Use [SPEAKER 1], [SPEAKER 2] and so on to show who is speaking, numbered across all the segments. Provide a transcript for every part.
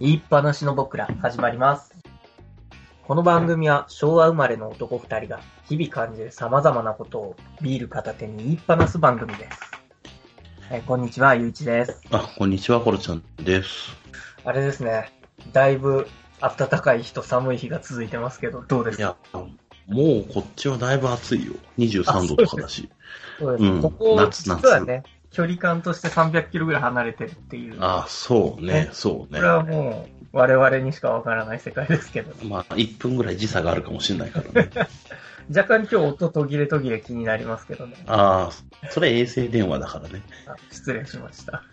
[SPEAKER 1] 言いっぱなしの僕ら始まります。この番組は昭和生まれの男二人が日々感じる様々なことをビール片手に言いっぱなす番組です。えーこんにちは、ゆういちです。
[SPEAKER 2] あ、こんにちは、コロちゃんです。
[SPEAKER 1] あれですね、だいぶ暖かい日と寒い日が続いてますけど、どうです
[SPEAKER 2] い
[SPEAKER 1] か
[SPEAKER 2] や、もうこっちはだいぶ暑いよ。23度とかだし。
[SPEAKER 1] そうですね
[SPEAKER 2] うん
[SPEAKER 1] ここ、
[SPEAKER 2] 夏夏
[SPEAKER 1] 実はね、距離感として300キロぐらい離れてるっていう。こ
[SPEAKER 2] あ、そうね
[SPEAKER 1] ね、
[SPEAKER 2] そうね
[SPEAKER 1] れ。はもう、我々にしかわからない世界ですけど。
[SPEAKER 2] まあ、1分ぐらい時差があるかもしれないからね。
[SPEAKER 1] 若干今日音途切れ途切れ気になりますけどね。
[SPEAKER 2] ああ、それ衛星電話だからね。
[SPEAKER 1] あ失礼しました。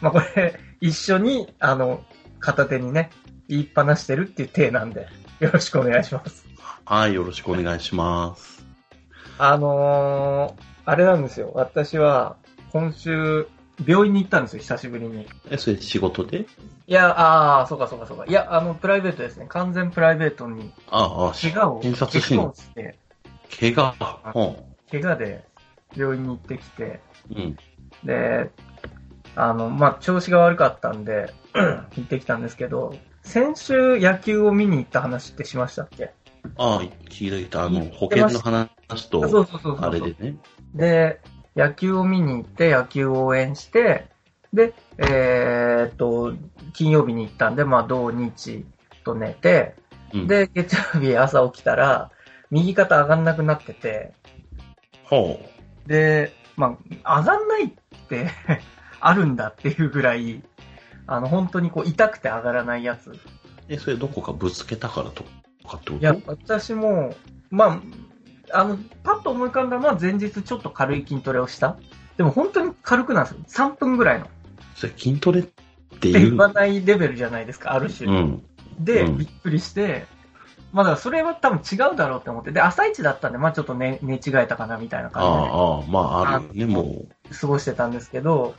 [SPEAKER 1] まあこれ、一緒に、あの、片手にね、言いっぱなしてるっていう体なんで、よろしくお願いします。
[SPEAKER 2] はい、よろしくお願いします。
[SPEAKER 1] あのー、あれなんですよ。私は、今週、病院に行ったんですよ、久しぶりに。
[SPEAKER 2] え、それ仕事で
[SPEAKER 1] いや、ああ、そうかそうかそうか。いや、あの、プライベートですね。完全プライベートに、
[SPEAKER 2] ああ、し
[SPEAKER 1] 怪我を、
[SPEAKER 2] 診察し
[SPEAKER 1] 怪
[SPEAKER 2] ん
[SPEAKER 1] 我を
[SPEAKER 2] の
[SPEAKER 1] して、
[SPEAKER 2] 怪我。う
[SPEAKER 1] 怪我で病院に行ってきて、
[SPEAKER 2] ん。うん。
[SPEAKER 1] で、あの、まあ、調子が悪かったんで、 行ってきたんですけど、先週野球を見に行った話ってしましたっけ
[SPEAKER 2] ああ、聞いた聞いた。あの、保険の話
[SPEAKER 1] あそ
[SPEAKER 2] と、
[SPEAKER 1] うそうそうそう
[SPEAKER 2] あれでね。
[SPEAKER 1] で、野球を見に行って、野球を応援して、で、えーっと、金曜日に行ったんで、まあ、土日と寝て、
[SPEAKER 2] うん。
[SPEAKER 1] で、月曜日朝起きたら、右肩上がんなくなってて、
[SPEAKER 2] ほう。
[SPEAKER 1] で、まあ、上がんないって あるんだっていうぐらい、あの、本当にこう、痛くて上がらないやつ。
[SPEAKER 2] え、それどこかぶつけたからとかってこと
[SPEAKER 1] いや、私も、まあ、あの、パッと思い浮かんだのは前日ちょっと軽い筋トレをした。でも本当に軽くなんですよ。3分ぐらいの。っ
[SPEAKER 2] それ筋トレって
[SPEAKER 1] て
[SPEAKER 2] い
[SPEAKER 1] 言
[SPEAKER 2] う。
[SPEAKER 1] わないレベルじゃないですか、ある種。
[SPEAKER 2] うん。
[SPEAKER 1] で、
[SPEAKER 2] うん
[SPEAKER 1] びっくりして、まあだからそれは多分違うだろうって思って。で、朝一だったんで、まあちょっと寝寝違えたかなみたいな
[SPEAKER 2] あ
[SPEAKER 1] 感じで。
[SPEAKER 2] あ、ああ、まあ、あるよね、
[SPEAKER 1] あ
[SPEAKER 2] もう。
[SPEAKER 1] 過ごしてたんですけど、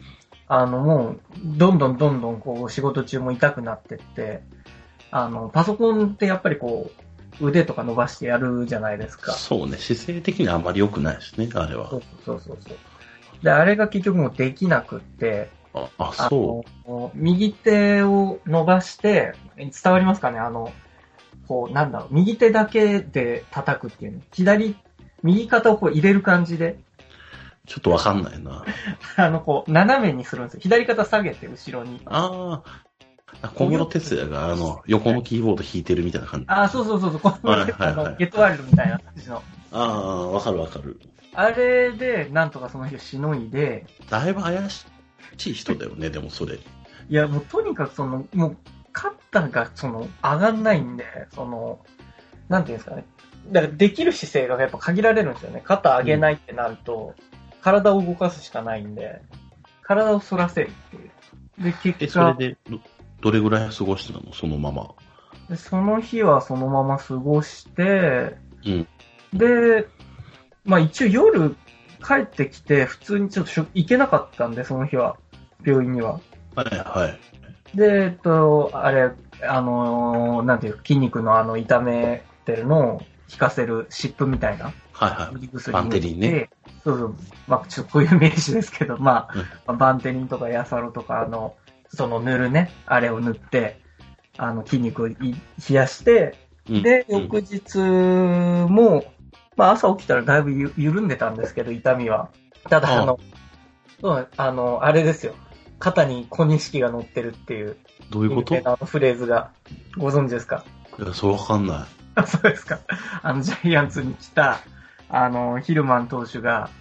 [SPEAKER 1] あの、もう、どんどんどんどん、こう、仕事中も痛くなってって、あの、パソコンってやっぱりこう、腕とか伸ばしてやるじゃないですか。
[SPEAKER 2] そうね、姿勢的にあんまり良くないしね、あれは
[SPEAKER 1] そ。うそうそうそう。で、あれが結局もうできなくって、
[SPEAKER 2] あ、あ
[SPEAKER 1] あ
[SPEAKER 2] そ
[SPEAKER 1] の、右手を伸ばして、伝わりますかねあの、こう、なんだろう、右手だけで叩くっていうの。左、右肩をこう入れる感じで、
[SPEAKER 2] う。ちょっとわかんないな。
[SPEAKER 1] あの、こう、斜めにするんですよ。左肩下げて、後ろに。
[SPEAKER 2] ああ、小室哲也が、あの、横のキーボード弾いてるみたいな感じ。あ
[SPEAKER 1] ああ、そうそうそうそう、この、
[SPEAKER 2] はいはいはい
[SPEAKER 1] あのゲットワイルドみたいな感じの。
[SPEAKER 2] あ、わかるわかる。
[SPEAKER 1] あれで、なんとかその日をしのいで、
[SPEAKER 2] だいぶ怪しい人だよね、でもそれ。
[SPEAKER 1] いや、もうとにかくその、もう、肩がその、上がんないんで、その、なんていうんですかね。だからできる姿勢がやっぱ限られるんですよね。肩上げないってなると、体を動かすしかないんで、体を反らせるっていう。で、
[SPEAKER 2] え、
[SPEAKER 1] 結
[SPEAKER 2] それ
[SPEAKER 1] 果、
[SPEAKER 2] で、どどれぐらい過ごしてたのそのまま。
[SPEAKER 1] でその日はそのまま過ごして、
[SPEAKER 2] うん
[SPEAKER 1] で、まあ一応夜帰ってきて、普通にちょっとしょ行けなかったんで、その日は、病院には。
[SPEAKER 2] はい、はい。
[SPEAKER 1] で、えっと、あれ、あのーなんていう、筋肉のあの、痛めてるのを効かせる湿布みたいな、
[SPEAKER 2] はい、はい。
[SPEAKER 1] 薬に
[SPEAKER 2] バンテリンね。
[SPEAKER 1] そうそう。まあ、ちょっとこういう名詞ですけど、まあ
[SPEAKER 2] うん、
[SPEAKER 1] まあバンテリンとかヤサロとか、あの、その塗るね、あれを塗って、あの、筋肉をい冷やして、
[SPEAKER 2] うん
[SPEAKER 1] で、
[SPEAKER 2] うん
[SPEAKER 1] 翌日も、まあ、朝起きたらだいぶゆ緩んでたんですけど、痛みは。ただ、あの、そうあの、あれですよ。肩に小錦が乗ってるっていう。
[SPEAKER 2] どういうこと
[SPEAKER 1] 有名なあのフレーズが、ご存知ですか
[SPEAKER 2] いや、そうわかんない。
[SPEAKER 1] あ そうですか。あの、ジャイアンツに来た、あの、ヒルマン投手が、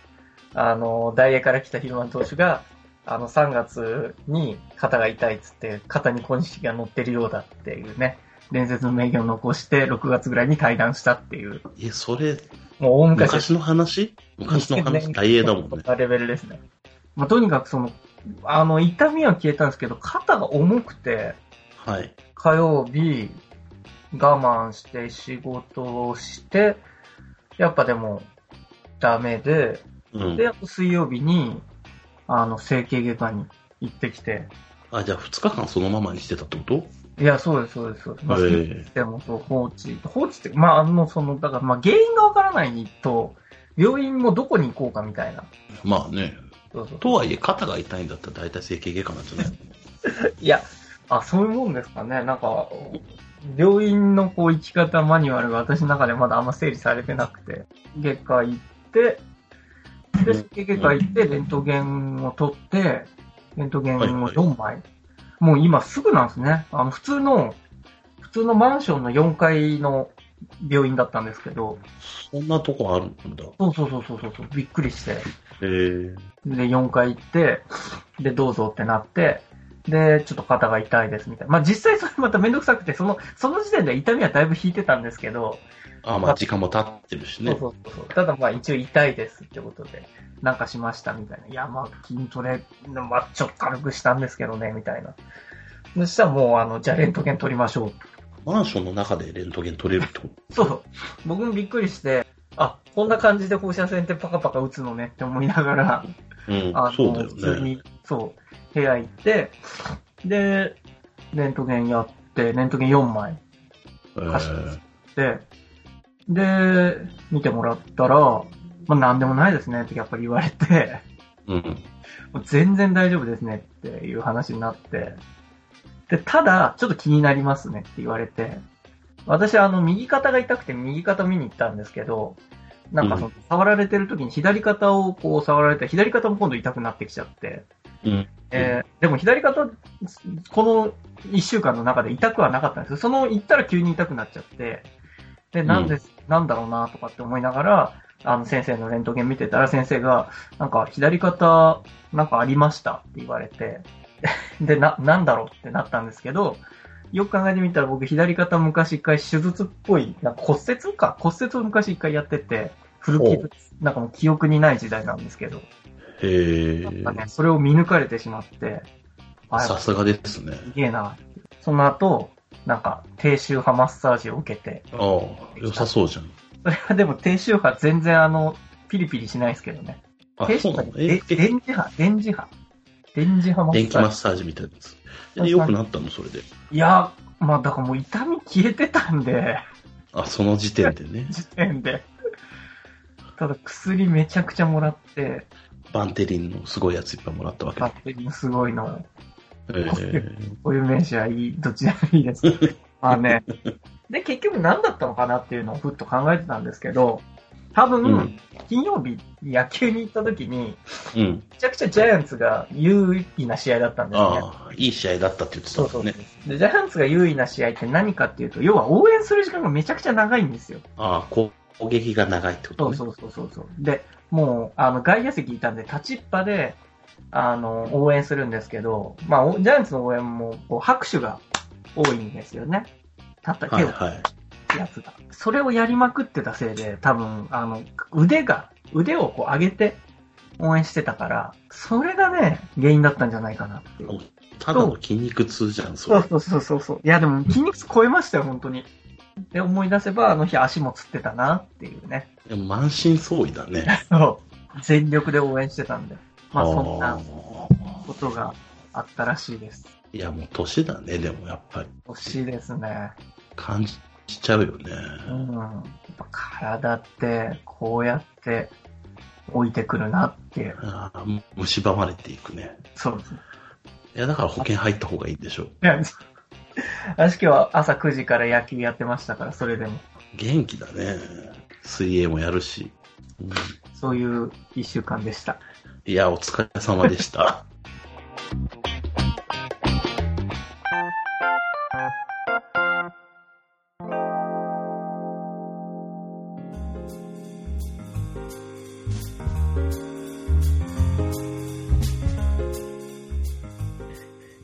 [SPEAKER 1] あの、ダイエーから来たヒルマン投手が、あの、3月に肩が痛いっつって、肩に小錦が乗ってるようだっていうね、伝説の名言を残して、6月ぐらいに対談したっていう、
[SPEAKER 2] え、それ、
[SPEAKER 1] もう大昔です
[SPEAKER 2] 昔の話昔の話、大英だもんね。。
[SPEAKER 1] レベルですね。まあ、とにかくその、あの、痛みは消えたんですけど、肩が重くて、
[SPEAKER 2] はい。
[SPEAKER 1] 火曜日、我慢して仕事をして、やっぱでも、ダメで、
[SPEAKER 2] うん
[SPEAKER 1] で、。水曜日に、あの、整形外科に行ってきて、
[SPEAKER 2] あ、じゃあ2日間そのままにしてたってこと
[SPEAKER 1] いや、そうです、そうです、そうです。まあ、
[SPEAKER 2] え
[SPEAKER 1] でもそう、放置。放置って、まあ、あの、その、だから、まあ、原因がわからないと、病院もどこに行こうかみたいな。
[SPEAKER 2] えまあね。
[SPEAKER 1] そうそう
[SPEAKER 2] とはいえ、肩が痛いんだったら大体整形外科なんじゃない
[SPEAKER 1] いや、あ、そういうもんですかね。なんか、病院のこう生き方マニュアルが私の中でまだあんま整理されてなくて、外科行って、で、
[SPEAKER 2] うん
[SPEAKER 1] 外科行って、レントゲンを取って、レントゲンを
[SPEAKER 2] はいはい
[SPEAKER 1] 4枚。もう今すぐなんですね。あの、普通の、普通のマンションの4階の病院だったんですけど、
[SPEAKER 2] そんなとこあるんだ。
[SPEAKER 1] そうそうそうそうそうそう、びっくりして。
[SPEAKER 2] えー、
[SPEAKER 1] で、4回行って、で、どうぞってなって、で、ちょっと肩が痛いですみたいな。まあ実際それまためんどくさくて、その、その時点では痛みはだいぶ引いてたんですけど、
[SPEAKER 2] あ、まあ時間も経ってるしね。
[SPEAKER 1] そうそうそう。ただまあ一応痛いですってことで、なんかしましたみたいな。いや、まあ筋トレ、まあちょっと軽くしたんですけどね、みたいな。そしたらもう、あの、じゃあレントゲン取りましょう
[SPEAKER 2] マンションの中でレントゲン取れるってこ
[SPEAKER 1] そう。僕もびっくりして、あ、こんな感じで放射線ってパカパカ打つのねって思いながら、
[SPEAKER 2] と。うん
[SPEAKER 1] あの、
[SPEAKER 2] そうだ
[SPEAKER 1] 普通
[SPEAKER 2] よね。
[SPEAKER 1] に、そう、部屋行って、で、レントゲンやって、レントゲン4枚
[SPEAKER 2] え
[SPEAKER 1] 貸し
[SPEAKER 2] ー、
[SPEAKER 1] で、で、見てもらったら、まあ、なんでもないですねってやっぱり言われて、
[SPEAKER 2] うん。
[SPEAKER 1] もう全然大丈夫ですねっていう話になって、で、ただ、ちょっと気になりますねって言われて、私、あの、右肩が痛くて右肩見に行ったんですけど、なんかその、触られてる時に左肩をこう触られて、左肩も今度痛くなってきちゃって、
[SPEAKER 2] うん
[SPEAKER 1] えーでも左肩、この1週間の中で痛くはなかったんですけど、その行ったら急に痛くなっちゃって、で、なんです、なんだろうなとかって思いながら、あの、先生のレントゲン見てたら先生が、なんか左肩、なんかありましたって言われて、 で、な、なんだろうってなったんですけど、よく考えてみたら僕左肩昔一回手術っぽい、なんか骨折か骨折を昔一回やってて、古
[SPEAKER 2] お
[SPEAKER 1] 傷
[SPEAKER 2] う、
[SPEAKER 1] なんかもう記憶にない時代なんですけど、
[SPEAKER 2] え
[SPEAKER 1] なんかね
[SPEAKER 2] ー、、
[SPEAKER 1] それを見抜かれてしまって、あ、やっぱ
[SPEAKER 2] さすがですね。
[SPEAKER 1] すげえな。その後、なんか低周波マッサージを受けて、
[SPEAKER 2] ああ、良さそうじゃん。
[SPEAKER 1] それはでも低周波全然あの、ピリピリしないですけどね。
[SPEAKER 2] あ
[SPEAKER 1] 低、
[SPEAKER 2] そう
[SPEAKER 1] 周
[SPEAKER 2] な
[SPEAKER 1] 波
[SPEAKER 2] のえ
[SPEAKER 1] で、電磁波、電磁波。電磁波マ
[SPEAKER 2] 電
[SPEAKER 1] ッ
[SPEAKER 2] 気
[SPEAKER 1] サ
[SPEAKER 2] マッ
[SPEAKER 1] ージ。
[SPEAKER 2] サージみたいなやつ。で、良くなったの、それで。
[SPEAKER 1] いや、まあだからもう痛み消えてたんで、
[SPEAKER 2] あ、その時点でね。
[SPEAKER 1] 時点で。ただ薬めちゃくちゃもらって、
[SPEAKER 2] バンテリンのすごいやついっぱいもらったわけ
[SPEAKER 1] バ
[SPEAKER 2] だ。
[SPEAKER 1] ッテリーすごいの。
[SPEAKER 2] えー、
[SPEAKER 1] こういう名詞はいい、どっちでもいい です。まあね。で、結局何だったのかなっていうのをふっと考えてたんですけど、多分、
[SPEAKER 2] うん
[SPEAKER 1] 金曜日野球に行った時に、
[SPEAKER 2] うん。
[SPEAKER 1] めちゃくちゃジャイアンツが優位な試合だったんですね。
[SPEAKER 2] ああ、いい試合だったって言ってた
[SPEAKER 1] そう
[SPEAKER 2] も
[SPEAKER 1] そ
[SPEAKER 2] ん
[SPEAKER 1] う
[SPEAKER 2] ね。
[SPEAKER 1] で、ジャイアンツが優位な試合って何かっていうと、要は応援する時間がめちゃくちゃ長いんですよ。
[SPEAKER 2] ああ、攻撃が長いってこ
[SPEAKER 1] そ
[SPEAKER 2] と
[SPEAKER 1] う
[SPEAKER 2] ね。
[SPEAKER 1] そうそうそうそう。で、もう、あの、外野席いたんで、立ちっぱで、あの、応援するんですけど、まあ、おジャイアンツの応援も、こう、拍手が多いんですよね。たった
[SPEAKER 2] はい
[SPEAKER 1] 手を
[SPEAKER 2] はい。
[SPEAKER 1] やつが。それをやりまくってたせいで、多分、あの、腕が、腕をこう上げて応援してたから、それがね、原因だったんじゃないかなっていう。
[SPEAKER 2] ただの筋肉痛じゃん、そ
[SPEAKER 1] そ
[SPEAKER 2] れ
[SPEAKER 1] う。そうそうそうそう。いや、でも筋肉痛超えましたよ、本当に。で、思い出せば、あの日足もつってたなっていうね。
[SPEAKER 2] でも満身創痍だね。
[SPEAKER 1] そう。全力で応援してたんで。 まあ、そん
[SPEAKER 2] あ
[SPEAKER 1] な
[SPEAKER 2] ー
[SPEAKER 1] ことがあったらしいです。
[SPEAKER 2] いや、もう年だね、でもやっぱり。
[SPEAKER 1] 惜しいですね。
[SPEAKER 2] 感じちゃうよね。
[SPEAKER 1] うん。やっぱ体って、こうやって置いてくるなっていう。
[SPEAKER 2] ああ、蝕まれていくね。
[SPEAKER 1] そうですね。
[SPEAKER 2] いや、だから保険入った方がいいでしょう。
[SPEAKER 1] いや、 私今日は朝9時から野球やってましたから、それでも。
[SPEAKER 2] 元気だね。水泳もやるし。うん
[SPEAKER 1] そういう一週間でした。
[SPEAKER 2] いや、お疲れ様でした。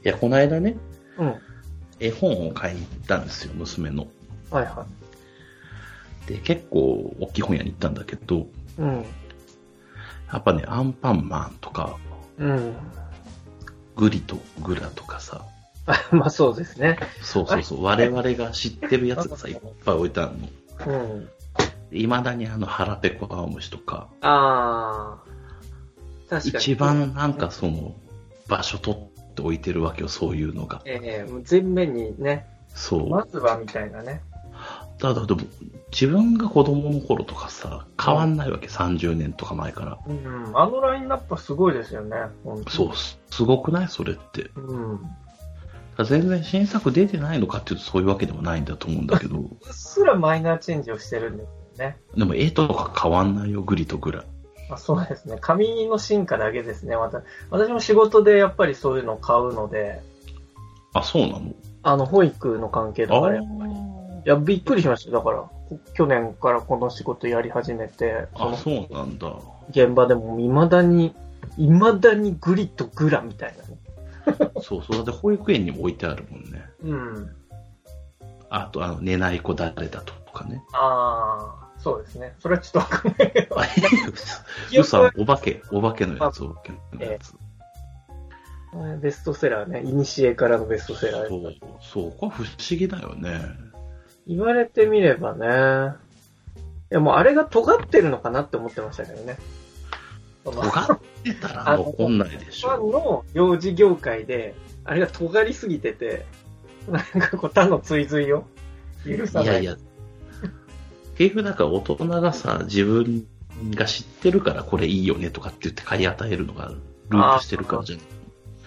[SPEAKER 2] いや、この間ね、
[SPEAKER 1] うん。
[SPEAKER 2] 絵本を買いに行ったんですよ、娘の。
[SPEAKER 1] はいは
[SPEAKER 2] で、結構大きい本屋に行ったんだけど、
[SPEAKER 1] い。うん。
[SPEAKER 2] やっぱね、アンパンマンとか、
[SPEAKER 1] うん。
[SPEAKER 2] グリとグラとかさ、
[SPEAKER 1] まあそうですね。
[SPEAKER 2] そうそうそう、我々が知ってるやつがさ、いっぱい置いてあるの。
[SPEAKER 1] うん。
[SPEAKER 2] いまだにあの、腹ペコアオムシとか、
[SPEAKER 1] ああ。確かに。
[SPEAKER 2] 一。番なんかその、場所取って置いてるわけよ、そういうのが。
[SPEAKER 1] ええもう全面にね、
[SPEAKER 2] そう。
[SPEAKER 1] まずはみたいなね。
[SPEAKER 2] ただでも、自分が子供の頃とかさ、変わんないわけ、30年とか前から。
[SPEAKER 1] うん。あのラインナップはすごいですよね。ほんと
[SPEAKER 2] そう、すすごくないそれって。
[SPEAKER 1] うん。
[SPEAKER 2] から全然新作出てないのかっていうとそういうわけでもないんだと思うんだ けど、
[SPEAKER 1] うっすらマイナーチェンジをしてるんですよね。
[SPEAKER 2] でも絵とか変わんないよ、グリとグラ。
[SPEAKER 1] まあ、そうですね。紙の進化だけですね。また、私も仕事でやっぱりそういうのを買うので、
[SPEAKER 2] あ、そうなの
[SPEAKER 1] あの、保育の関係だ
[SPEAKER 2] あ
[SPEAKER 1] か
[SPEAKER 2] あ
[SPEAKER 1] ら、いや、びっくりしました。だから、去年からこの仕事やり始めて、そ
[SPEAKER 2] あ、
[SPEAKER 1] の
[SPEAKER 2] そうなんだ。
[SPEAKER 1] 現場でも未だに、未だにグリとグラみたいなね。
[SPEAKER 2] そうそう。だって保育園にも置いてあるもんね。
[SPEAKER 1] うん。
[SPEAKER 2] あと、あの、寝ない子誰だとかね。
[SPEAKER 1] ああ、そうですね。それはちょっとわかんないけど。記
[SPEAKER 2] う
[SPEAKER 1] 憶
[SPEAKER 2] さ
[SPEAKER 1] は、
[SPEAKER 2] お化け、お化けのやつ、お化けのやつ。
[SPEAKER 1] ベストセラーね。イニシエからのベストセラー。
[SPEAKER 2] そう、そう、これ不思議だよね。
[SPEAKER 1] 言われてみればね。いや、もうあれが尖ってるのかなって思ってましたけどね。その
[SPEAKER 2] 尖ってたら残んないでし
[SPEAKER 1] ファ
[SPEAKER 2] ょ。
[SPEAKER 1] ンの幼児業界で、あれが尖りすぎてて、なんかこう、他の追随を許さないい。
[SPEAKER 2] やいや。結局なんか大人がさ、自分が知ってるからこれいいよねとかって言って買い与えるのがループしてるからじゃん。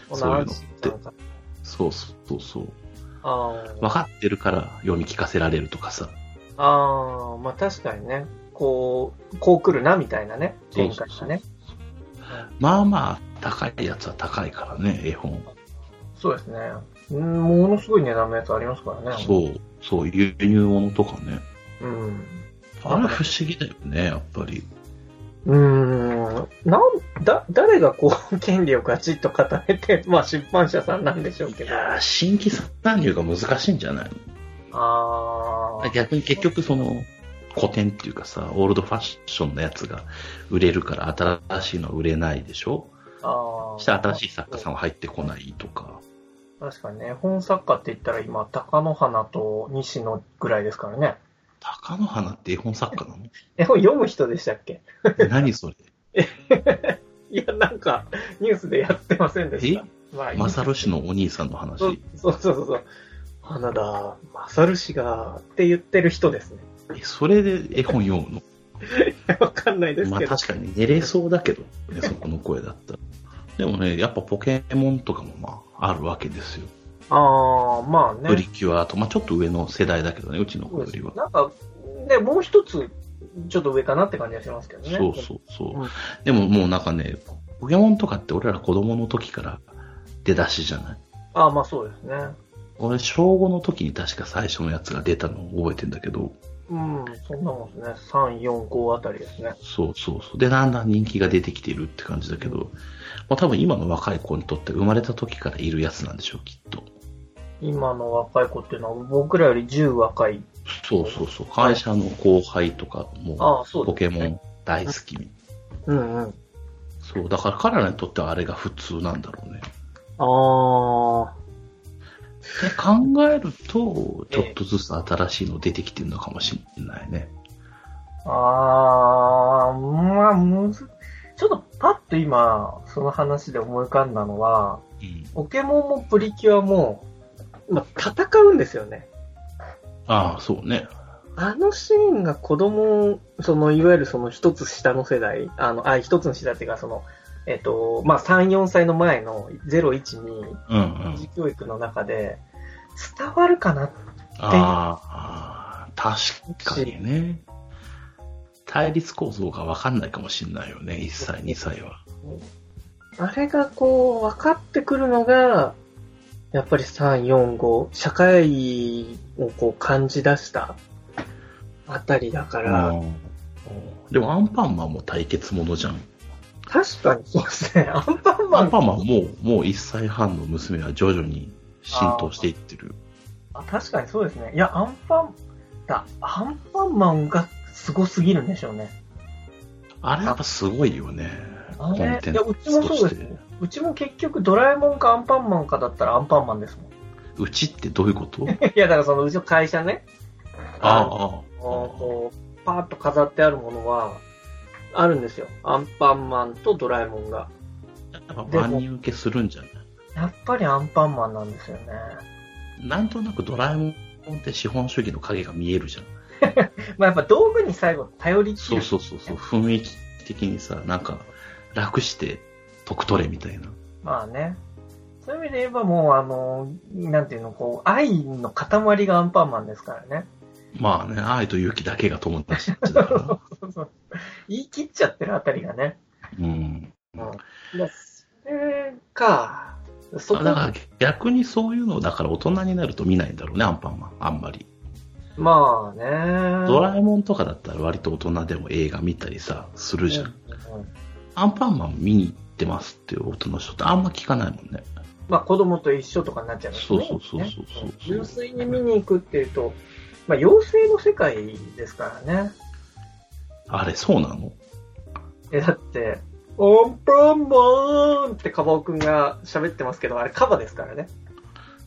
[SPEAKER 1] こん
[SPEAKER 2] そう
[SPEAKER 1] な
[SPEAKER 2] いうの
[SPEAKER 1] 安心感が
[SPEAKER 2] そうそうそう。
[SPEAKER 1] あー
[SPEAKER 2] 分かってるから読み聞かせられるとかさ。
[SPEAKER 1] あー、まあ確かにね。こう、こう来るな、みたいなね。
[SPEAKER 2] そう
[SPEAKER 1] 展開がね。
[SPEAKER 2] まあまあ、高いやつは高いからね、絵本。
[SPEAKER 1] そうですね。うんものすごい値段のやつありますからね。
[SPEAKER 2] そう、そう、輸入物とかね。
[SPEAKER 1] う。うん。
[SPEAKER 2] あれ不思議だよね、やっぱり。
[SPEAKER 1] うーんなんだ誰がこう権利をガチッと固めて、まあ、出版社さんなんでしょうけ
[SPEAKER 2] い
[SPEAKER 1] ど。
[SPEAKER 2] やー新規参入が難しいんじゃない
[SPEAKER 1] あー
[SPEAKER 2] 逆に結局その、古典っていうかさ、オールドファッションのやつが売れるから新しいのは売れないでしょ
[SPEAKER 1] あー
[SPEAKER 2] そして新しい作家さんは入ってこないとか。
[SPEAKER 1] 確かにね、絵本作家って言ったら今、高野花と西野ぐらいですからね。
[SPEAKER 2] 高野花って絵本作家な
[SPEAKER 1] 絵本読む人でしたっけ
[SPEAKER 2] の何それ
[SPEAKER 1] いや、なんか、ニュースでやってませんでした。まあいい
[SPEAKER 2] マサル氏のお兄さんの話。
[SPEAKER 1] そうそうそうそう。花田、マサル氏が、って言ってる人ですね。
[SPEAKER 2] えそれで絵本読むの
[SPEAKER 1] わかんないです
[SPEAKER 2] まあ
[SPEAKER 1] けど。
[SPEAKER 2] 確かに寝れそうだけど、ね、そこの声だったら。 でもね、やっぱポケモンとかもまああるわけですよ。
[SPEAKER 1] ああ、まあね。
[SPEAKER 2] プリキュアと、まあちょっと上の世代だけどね、うちの子よりは。
[SPEAKER 1] なんか、ね、もう一つ、ちょっと上かなって感じがしますけどね。
[SPEAKER 2] そうそうそう。
[SPEAKER 1] うん
[SPEAKER 2] でももうなんかね、ポケモンとかって俺ら子供の時から出だしじゃない
[SPEAKER 1] あまあそうですね。
[SPEAKER 2] 俺、小5の時に確か最初のやつが出たのを覚えてんだけど、
[SPEAKER 1] うん、そんなもんですね。3、4、5あたりですね。
[SPEAKER 2] そうそうそう。で、だんだん人気が出てきてるって感じだけど、まあ多分今の若い子にとって生まれた時からいるやつなんでしょう、きっと。
[SPEAKER 1] 今の若い子っていうのは、僕らより10若い。
[SPEAKER 2] そうそうそう。会社の後輩とかも、
[SPEAKER 1] ああ、そう
[SPEAKER 2] ポ
[SPEAKER 1] です
[SPEAKER 2] ケモ
[SPEAKER 1] ね。
[SPEAKER 2] ン大好き。
[SPEAKER 1] うんうん。
[SPEAKER 2] そう、だから彼らにとってはあれが普通なんだろうね。
[SPEAKER 1] ああ、
[SPEAKER 2] で考えると、ちょっとずつ新しいの出てきてるのかもしれないね。
[SPEAKER 1] ああ、まあ、むず、ちょっとパッと今、その話で思い浮かんだのは、
[SPEAKER 2] うん
[SPEAKER 1] ポケモンもプリキュアも、まあ、戦うんですよね。
[SPEAKER 2] ああ、そうね。
[SPEAKER 1] あのシーンが子供、その、いわゆるその一つ下の世代、あの、あ、一つの下っていうか、その、えっと、まあ、3、4歳の前の0、1、2、
[SPEAKER 2] うんう
[SPEAKER 1] 二
[SPEAKER 2] ん。
[SPEAKER 1] 次教育の中で、伝わるかな
[SPEAKER 2] ああ、確かにね。対立構造が分かんないかもしれないよね、1歳、2歳は。
[SPEAKER 1] あれがこう、分かってくるのが、やっぱり3、4、5、社会をこう感じ出したあたりだから、
[SPEAKER 2] うんでもアンパンマンも対決ものじゃん。
[SPEAKER 1] 確かにそうですね。アンパンマ
[SPEAKER 2] アン
[SPEAKER 1] ン、
[SPEAKER 2] パンマンはもう、もう1歳半の娘は徐々に浸透していってる。
[SPEAKER 1] あ確かにそうですね。いや、アンパン、だ、アンパンマンがすごすぎるんでしょうね。
[SPEAKER 2] あれやっぱすごいよね。
[SPEAKER 1] あ
[SPEAKER 2] コン
[SPEAKER 1] れ
[SPEAKER 2] テ
[SPEAKER 1] い
[SPEAKER 2] ン
[SPEAKER 1] や、うち
[SPEAKER 2] ツ
[SPEAKER 1] も
[SPEAKER 2] と
[SPEAKER 1] そうで
[SPEAKER 2] し
[SPEAKER 1] す
[SPEAKER 2] て
[SPEAKER 1] ね。。うちも結局ドラえもんかアンパンマンかだったらアンパンマン ですもん。
[SPEAKER 2] うちってどういうこ と
[SPEAKER 1] いや、だからそのうちの会社ね。
[SPEAKER 2] あ
[SPEAKER 1] の
[SPEAKER 2] あ、あ
[SPEAKER 1] こう、パーッと飾ってあるものは、あるんですよ。アンパンマンとドラえもんが。
[SPEAKER 2] あ。やっぱ万人受けするんじゃない
[SPEAKER 1] やっぱりアンパンマンなんですよね。
[SPEAKER 2] なんとなくドラえもんって資本主義の影が見えるじゃん。
[SPEAKER 1] まあやっぱ道具に最後頼り切
[SPEAKER 2] そう
[SPEAKER 1] る。
[SPEAKER 2] そうそうそう、雰囲気的にさ、なんか、楽して得取れみたいな。
[SPEAKER 1] まあね。そういう意味で言えばもう、あの、なんていうの、こう、愛の塊がアンパンマンですからね。
[SPEAKER 2] まあね、愛と勇気だけが友達だから。
[SPEAKER 1] そうそう言い切っちゃってるあたりがね。
[SPEAKER 2] うん。
[SPEAKER 1] いやそれか。そこ
[SPEAKER 2] あだから逆にそういうのをだから大人になると見ないんだろうね、アンパンマン。あんまり。
[SPEAKER 1] まあね。
[SPEAKER 2] ドラえもんとかだったら割と大人でも映画見たりさ、するじゃん。
[SPEAKER 1] うんうん
[SPEAKER 2] アンパンマン見に行ってますっていう音の人ってあんま聞かないもんね。
[SPEAKER 1] まあ子供と一緒とかになっちゃいますね。
[SPEAKER 2] そうそうそうそうそう
[SPEAKER 1] ね純粋に見に行くっていうと、まあ妖精の世界ですからね。
[SPEAKER 2] あれ、そうなの
[SPEAKER 1] え、だって、アンパンマンってカバオくんが喋ってますけど、あれカバですからね。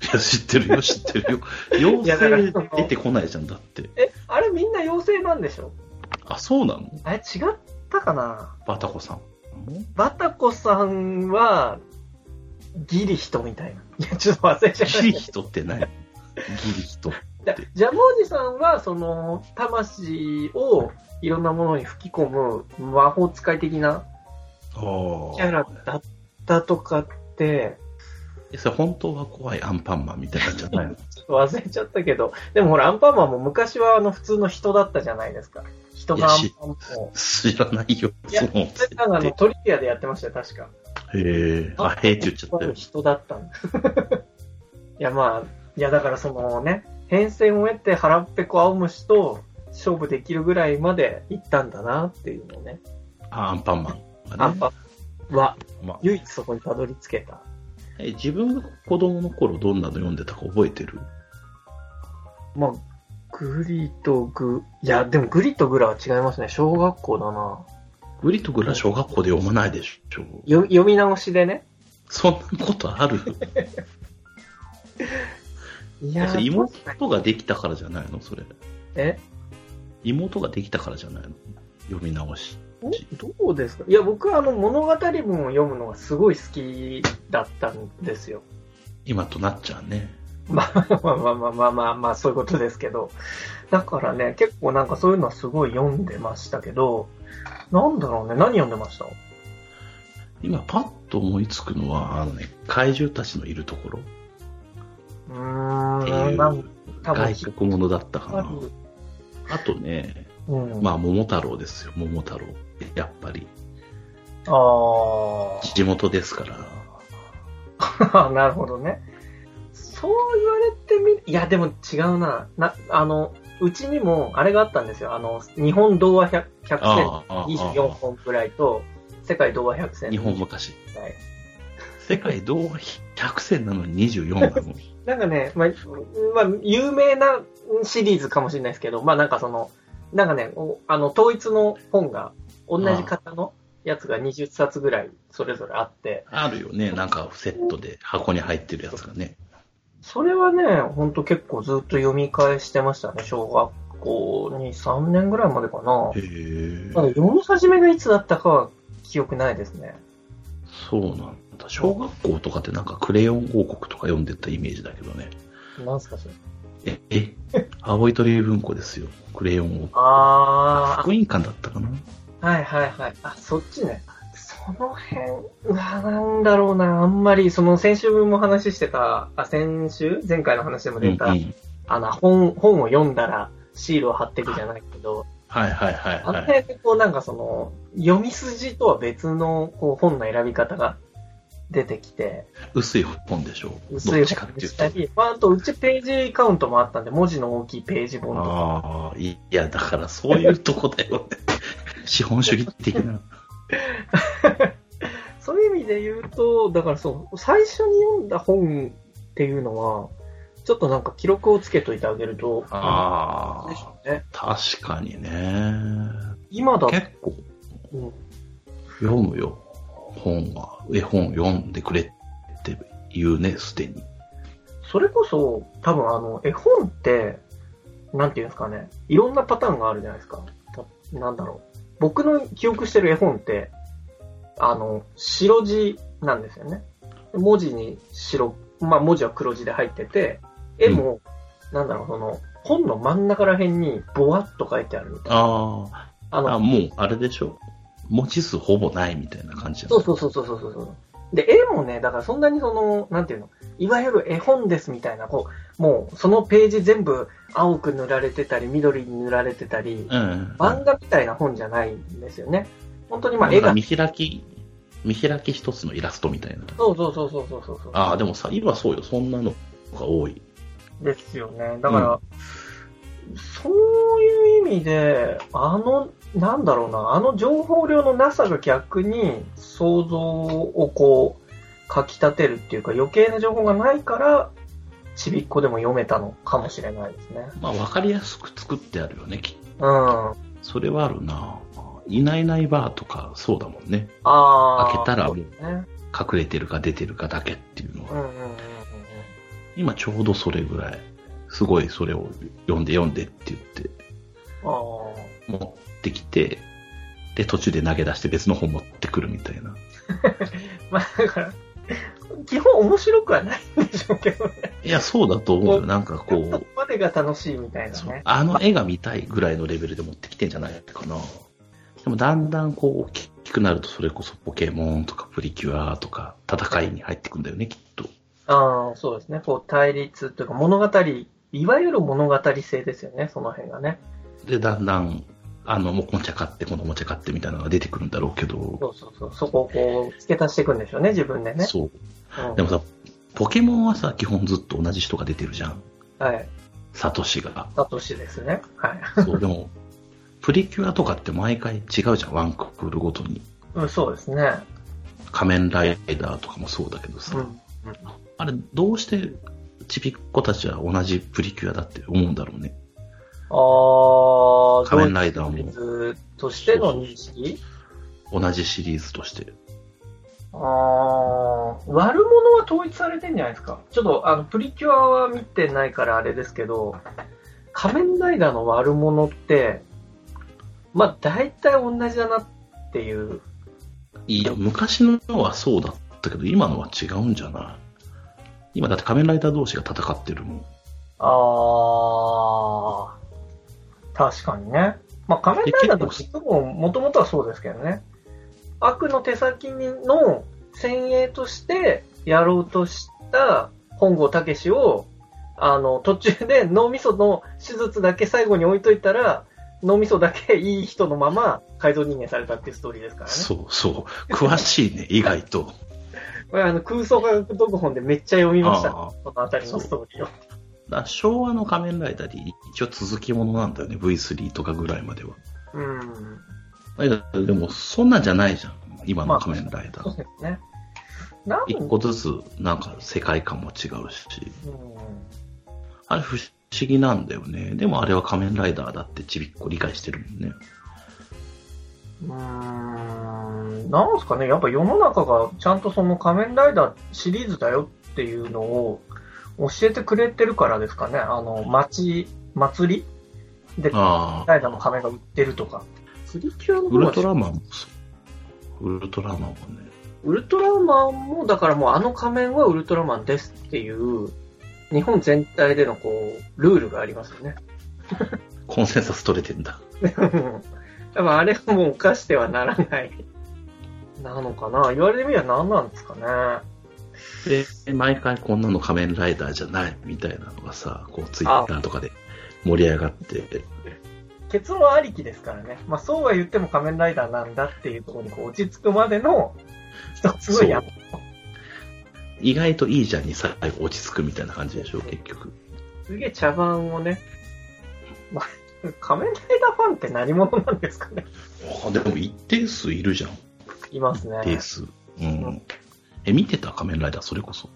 [SPEAKER 2] いや、知ってるよ、知ってるよ。妖精出てこないじゃん、だって。
[SPEAKER 1] え、あれみんな妖精なんでしょ
[SPEAKER 2] あ、そうなの
[SPEAKER 1] あれ違ったかな
[SPEAKER 2] バタコさん。
[SPEAKER 1] バタコさんは、ギリ人みたいな。いや、ちょっと忘れちゃいま
[SPEAKER 2] ギリ
[SPEAKER 1] した。
[SPEAKER 2] 人って何ギリ人。
[SPEAKER 1] だジャムおじさんは、その、魂をいろんなものに吹き込む魔法使い的なキャ
[SPEAKER 2] あ
[SPEAKER 1] ラだったとかって、
[SPEAKER 2] あ。それ本当は怖いアンパンマンみたいなんじゃないの
[SPEAKER 1] ちょっと忘れちゃったけど、でもほら、アンパンマンも昔はあの普通の人だったじゃないですか。人のアンパンマンも。
[SPEAKER 2] 知らないよ、
[SPEAKER 1] いや
[SPEAKER 2] その設
[SPEAKER 1] それなんかあの
[SPEAKER 2] 定。
[SPEAKER 1] トリビアでやってましたよ、確か。
[SPEAKER 2] へえ。あ、へえって言っちゃったよ。
[SPEAKER 1] 人だったんだ。 いや、まあ、いや、だからそのね、変遷を得て腹っぺこ青虫と勝負できるぐらいまで行ったんだなっていうのをね。
[SPEAKER 2] あ、アンパンマン
[SPEAKER 1] ア
[SPEAKER 2] が
[SPEAKER 1] ン
[SPEAKER 2] ね。
[SPEAKER 1] パンは
[SPEAKER 2] まあ
[SPEAKER 1] 唯一そこにたどり着けた。
[SPEAKER 2] え自分が子供の頃どんなの読んでたか覚えてる
[SPEAKER 1] まあ、グリとグ、いや、でもグリとグラは違いますね。小学校だな。
[SPEAKER 2] グリとグラ小学校で読まないでしょ。
[SPEAKER 1] よ読み直しでね。
[SPEAKER 2] そんなことあるよ。
[SPEAKER 1] い
[SPEAKER 2] それ
[SPEAKER 1] 確かに
[SPEAKER 2] 妹ができたからじゃないのそれ。
[SPEAKER 1] え
[SPEAKER 2] 妹ができたからじゃないの読み直し。
[SPEAKER 1] おどうですかいや、僕はあの物語文を読むのがすごい好きだったんですよ。
[SPEAKER 2] 今となっちゃうね。
[SPEAKER 1] まあまあまあまあまあまあ、まあ、そういうことですけど。だからね、結構なんかそういうのはすごい読んでましたけど、なんだろうね、何読んでました
[SPEAKER 2] 今パッと思いつくのは、あのね、怪獣たちのいるところ
[SPEAKER 1] う
[SPEAKER 2] って
[SPEAKER 1] ー
[SPEAKER 2] い
[SPEAKER 1] ん、
[SPEAKER 2] う
[SPEAKER 1] なん多分
[SPEAKER 2] 外国ものだったか
[SPEAKER 1] か
[SPEAKER 2] な。あとね、
[SPEAKER 1] うん。
[SPEAKER 2] まあ桃太郎ですよ、桃太郎。やっぱり、
[SPEAKER 1] あー。
[SPEAKER 2] 地元ですから。
[SPEAKER 1] あ なるほどね。そう言われてみ、いや、でも違うな。な、あの、うちにも、あれがあったんですよ。あの、日本童話 100, 100選
[SPEAKER 2] ああああ
[SPEAKER 1] 24
[SPEAKER 2] あ
[SPEAKER 1] 本くらいと、世界童話100
[SPEAKER 2] あ
[SPEAKER 1] 選
[SPEAKER 2] 日本
[SPEAKER 1] く
[SPEAKER 2] 昔。
[SPEAKER 1] らい。
[SPEAKER 2] 世界童話100選なのに24なの。
[SPEAKER 1] なんかね、まあ、まあ、有名なシリーズかもしれないですけど、まあなんかその、なんかね、おあの、統一の本が、同じ型のやつが20冊ぐらいそれぞれあって、
[SPEAKER 2] あるよね、なんかセットで箱に入ってるやつがね。
[SPEAKER 1] それはね、ほんと結構ずっと読み返してましたね。小学校に3年ぐらいまでかな。
[SPEAKER 2] へえ。
[SPEAKER 1] まだ読み始めがいつだったかは記憶ないですね。
[SPEAKER 2] そうなんだ。小学校とかってなんかクレヨン王国とか読んでたイメージだけどね。
[SPEAKER 1] なんすかそれ。
[SPEAKER 2] え、え、青い鳥文庫ですよ。クレヨン王国。
[SPEAKER 1] あ
[SPEAKER 2] 福音館だったかな
[SPEAKER 1] ー、はいはいはい。あ、そっちね。その辺、うわ、なんだろうな、あんまり、その先週も話してた、あ、先週前回の話でも
[SPEAKER 2] うんう
[SPEAKER 1] 出
[SPEAKER 2] ん。
[SPEAKER 1] た、
[SPEAKER 2] はい
[SPEAKER 1] あの、本、本を読んだらシールを貼っていくじゃないけど、
[SPEAKER 2] はいはい
[SPEAKER 1] あの
[SPEAKER 2] はい。
[SPEAKER 1] 辺でこうなんかその、読み筋とは別のこう本の選び方が出てきて、
[SPEAKER 2] 薄い本でしょ。
[SPEAKER 1] 薄い
[SPEAKER 2] どっちか
[SPEAKER 1] 本
[SPEAKER 2] っ
[SPEAKER 1] に
[SPEAKER 2] てい
[SPEAKER 1] し
[SPEAKER 2] う
[SPEAKER 1] た
[SPEAKER 2] と。
[SPEAKER 1] り、まあ、あとうちページカウントもあったんで、文字の大きいページ本とか、
[SPEAKER 2] ああ、いや、だからそういうとこだよね。資本主義的な。
[SPEAKER 1] そういう意味で言うと、だからそう、最初に読んだ本っていうのは、ちょっとなんか記録をつけといてあげると、
[SPEAKER 2] あ
[SPEAKER 1] でしょ
[SPEAKER 2] あ、
[SPEAKER 1] うね。
[SPEAKER 2] 確かにね。
[SPEAKER 1] 今だと、
[SPEAKER 2] 結構
[SPEAKER 1] うん
[SPEAKER 2] 読むよ。本は。絵本読んでくれって言うね、すでに。
[SPEAKER 1] それこそ、多分あの、絵本って、なんていうんですかね、いろんなパターンがあるじゃないですか。たなんだろう。僕の記憶してる絵本って、あの、白字なんですよね。文字に白、まあ文字は黒字で入ってて、絵も、なんだろう、その、本の真ん中ら辺にボワッと書いてあるみたいな。
[SPEAKER 2] ああ、
[SPEAKER 1] あの、
[SPEAKER 2] あもう、あれでしょ。文字数ほぼないみたいな感じじゃ
[SPEAKER 1] そ
[SPEAKER 2] な
[SPEAKER 1] う
[SPEAKER 2] い
[SPEAKER 1] そうそうそうそうそう。で、絵もね、だからそんなにその、なんていうの、いわゆる絵本ですみたいな、こう、もうそのページ全部青く塗られてたり、緑に塗られてたり、
[SPEAKER 2] うん。
[SPEAKER 1] 漫画みたいな本じゃないんですよね。本当にま
[SPEAKER 2] な
[SPEAKER 1] あ
[SPEAKER 2] ん
[SPEAKER 1] 絵
[SPEAKER 2] か
[SPEAKER 1] が、
[SPEAKER 2] 見開き、見開き一つのイラストみたいな。
[SPEAKER 1] そうそうそうそうそうそうそう。
[SPEAKER 2] ああ、でもさ、今そうよ、そんなのが多い。
[SPEAKER 1] ですよね。だから、そういう意味で、あの、なんだろうな、あの情報量のなさが逆に想像をこう、かき立てるっていうか余計な情報がないから、ちびっこでも読めたのかもしれないですね。
[SPEAKER 2] まあ、わかりやすく作ってあるよね、きっと
[SPEAKER 1] うん。あ
[SPEAKER 2] それはあるな。いないいないバーとか、そうだもんね。
[SPEAKER 1] あ。
[SPEAKER 2] 開けたらもう
[SPEAKER 1] ね。
[SPEAKER 2] 隠れてるか出てるかだけっていうの
[SPEAKER 1] うんう
[SPEAKER 2] が、
[SPEAKER 1] んうんうんうん。
[SPEAKER 2] 今ちょうどそれぐらい。すごいそれを読んで読んでって言って、
[SPEAKER 1] ああ。
[SPEAKER 2] 持ってきて、で、途中で投げ出して別の本持ってくるみたいな。
[SPEAKER 1] まあだから、基本面白くはないんでしょうけどね。
[SPEAKER 2] いや、そうだと思うよ。なんかこ
[SPEAKER 1] そこ
[SPEAKER 2] う、
[SPEAKER 1] までが楽しいみたいな
[SPEAKER 2] そう
[SPEAKER 1] ね。
[SPEAKER 2] あの絵が見たいぐらいのレベルで持ってきてんじゃないかな。でもだんだんこう大きくなるとそれこそポケモンとかプリキュアとか戦いに入ってくんだよね、きっと。
[SPEAKER 1] ああ、そうですね。こう対立というか物語、いわゆる物語性ですよね、その辺がね。
[SPEAKER 2] で、だんだん、あの、もうこんちゃ買って、このおもちゃ買ってみたいなのが出てくるんだろうけど、
[SPEAKER 1] そうそうそう。そこをこう、付け足していくんでしょうね、自分でね。
[SPEAKER 2] そう。
[SPEAKER 1] うん
[SPEAKER 2] でもさ、ポケモンはさ、基本ずっと同じ人が出てるじゃん。
[SPEAKER 1] はい。
[SPEAKER 2] サトシが。
[SPEAKER 1] サトシですね。はい。
[SPEAKER 2] そう、でも、 プリキュアとかって毎回違うじゃん、ワンクールごとに。
[SPEAKER 1] うん、そうですね。
[SPEAKER 2] 仮面ライダーとかもそうだけど
[SPEAKER 1] う
[SPEAKER 2] さ、
[SPEAKER 1] ん。
[SPEAKER 2] あれ、どうして、ちびっ子たちは同じプリキュアだって思うんだろうね。
[SPEAKER 1] ああ、
[SPEAKER 2] 仮面ライダーも
[SPEAKER 1] 同一人物としての認識
[SPEAKER 2] 同じシリーズとして。
[SPEAKER 1] ああ、悪者は統一されてんじゃないですか。ちょっと、あの、プリキュアは見てないからあれですけど、仮面ライダーの悪者って、まあ、大体同じだなっていう。
[SPEAKER 2] いや、昔のはそうだったけど、今のは違うんじゃない今だって仮面ライダー同士が戦ってるもん。
[SPEAKER 1] あー、確かにね。まあ、仮面ライダーと
[SPEAKER 2] で結
[SPEAKER 1] 聞くも、もともとはそうですけどね。悪の手先の先鋭としてやろうとした本郷武史を、あの、途中で脳みその手術だけ最後に置いといたら、脳みそだけいい人のまま改造人間されたっていうストーリーですからね。
[SPEAKER 2] そうそう。詳しいね、意外と。
[SPEAKER 1] これあの空想科学読本でめっちゃ読みました。
[SPEAKER 2] ああ
[SPEAKER 1] このあたりのストーリーを。
[SPEAKER 2] だから昭和の仮面ライダーで一応続きものなんだよね、V3 とかぐらいまでは。
[SPEAKER 1] うん。
[SPEAKER 2] だけどでも、そんなんじゃないじゃん、今の仮面ライダ
[SPEAKER 1] そう
[SPEAKER 2] ー。
[SPEAKER 1] ですね。なん
[SPEAKER 2] 一個ずつ、なんか世界観も違うし、
[SPEAKER 1] うん
[SPEAKER 2] あれ不思議なんだよね。でもあれは仮面ライダーだってちびっこ理解してるもんね。
[SPEAKER 1] うーんなんすかね、やっぱ世の中がちゃんとその仮面ライダーシリーズだよっていうのを教えてくれてるからですかね、あの、町、祭りで、仮面
[SPEAKER 2] ああ、
[SPEAKER 1] ライダーの仮面が売ってるとか。プリキュアの
[SPEAKER 2] ウ
[SPEAKER 1] 方
[SPEAKER 2] ル
[SPEAKER 1] は
[SPEAKER 2] トラマンもそう。ウルトラマンもね。
[SPEAKER 1] ウルトラマンも、だからもうあの仮面はウルトラマンですっていう、日本全体でのこう、ルールがありますよね。
[SPEAKER 2] コンセンサス取れてんだ。
[SPEAKER 1] でもあれはもう犯してはならない。なのかな言われてみれば何なんですかね。
[SPEAKER 2] で、毎回こんなの仮面ライダーじゃないみたいなのがさ、こうツイッターとかで盛り上がって、
[SPEAKER 1] 結論ありきですからね。まあ、そうは言っても仮面ライダーなんだっていうところにこう落ち着くまでの、すごいや
[SPEAKER 2] そう意外といいじゃんに最後落ち着くみたいな感じでしょ、結局。
[SPEAKER 1] すげえ茶番をね。まあ、仮面ライダーファンって何者なんですかね。
[SPEAKER 2] あでも一定数いるじゃん、
[SPEAKER 1] います
[SPEAKER 2] 一
[SPEAKER 1] ね
[SPEAKER 2] 定。数。うん。え、見てた仮面ライダー、それこそ。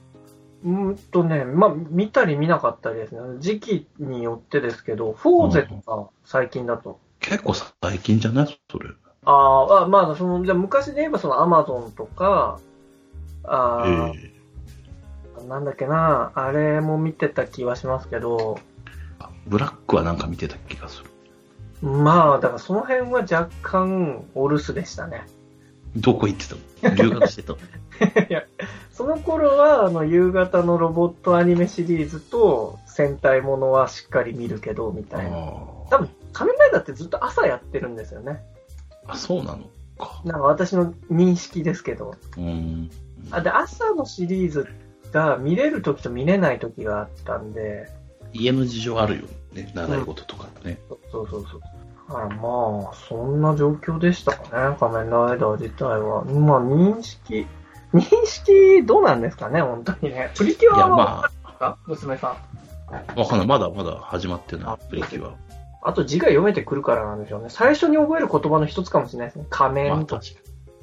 [SPEAKER 1] うーんとね、まあ、見たり見なかったりですね。時期によってですけど、フォーゼとか最近だと。
[SPEAKER 2] 結構最近じゃないそれ。
[SPEAKER 1] あーあ、まあ、その、じゃあ昔で言えばそのアマゾンとか、あー
[SPEAKER 2] ええ
[SPEAKER 1] なんだっけな、あれも見てた気はしますけど、
[SPEAKER 2] あブラックはなんか見てた気がする。
[SPEAKER 1] まあ、だからその辺は若干お留守でしたね。
[SPEAKER 2] どこ行って たの留学してたの
[SPEAKER 1] その頃は、あの、夕方のロボットアニメシリーズと戦隊ものはしっかり見るけど、みたいな。
[SPEAKER 2] あ
[SPEAKER 1] 多分、仮面ライダーってずっと朝やってるんですよね。
[SPEAKER 2] ああ、そうなのか。
[SPEAKER 1] なんか私の認識ですけど。
[SPEAKER 2] うーん。
[SPEAKER 1] あ、で、朝のシリーズが見れる時と見れない時があったんで、
[SPEAKER 2] 家の事情あるよね。習い事とかね。
[SPEAKER 1] そうそうそうそう。だからまあ、そんな状況でしたかね、仮面ライダー自体は。まあ、認識、認識どうなんですかね、本当にね。プリキュ
[SPEAKER 2] いや、
[SPEAKER 1] アは
[SPEAKER 2] ま
[SPEAKER 1] あった娘さん。
[SPEAKER 2] あ、わかんない。まだまだ始まってない、プリキュアは。
[SPEAKER 1] あと字が読めてくるからなんでしょうね。最初に覚える言葉の一つかもしれないですね。仮
[SPEAKER 2] まあ
[SPEAKER 1] 面
[SPEAKER 2] 確か
[SPEAKER 1] と。
[SPEAKER 2] に。い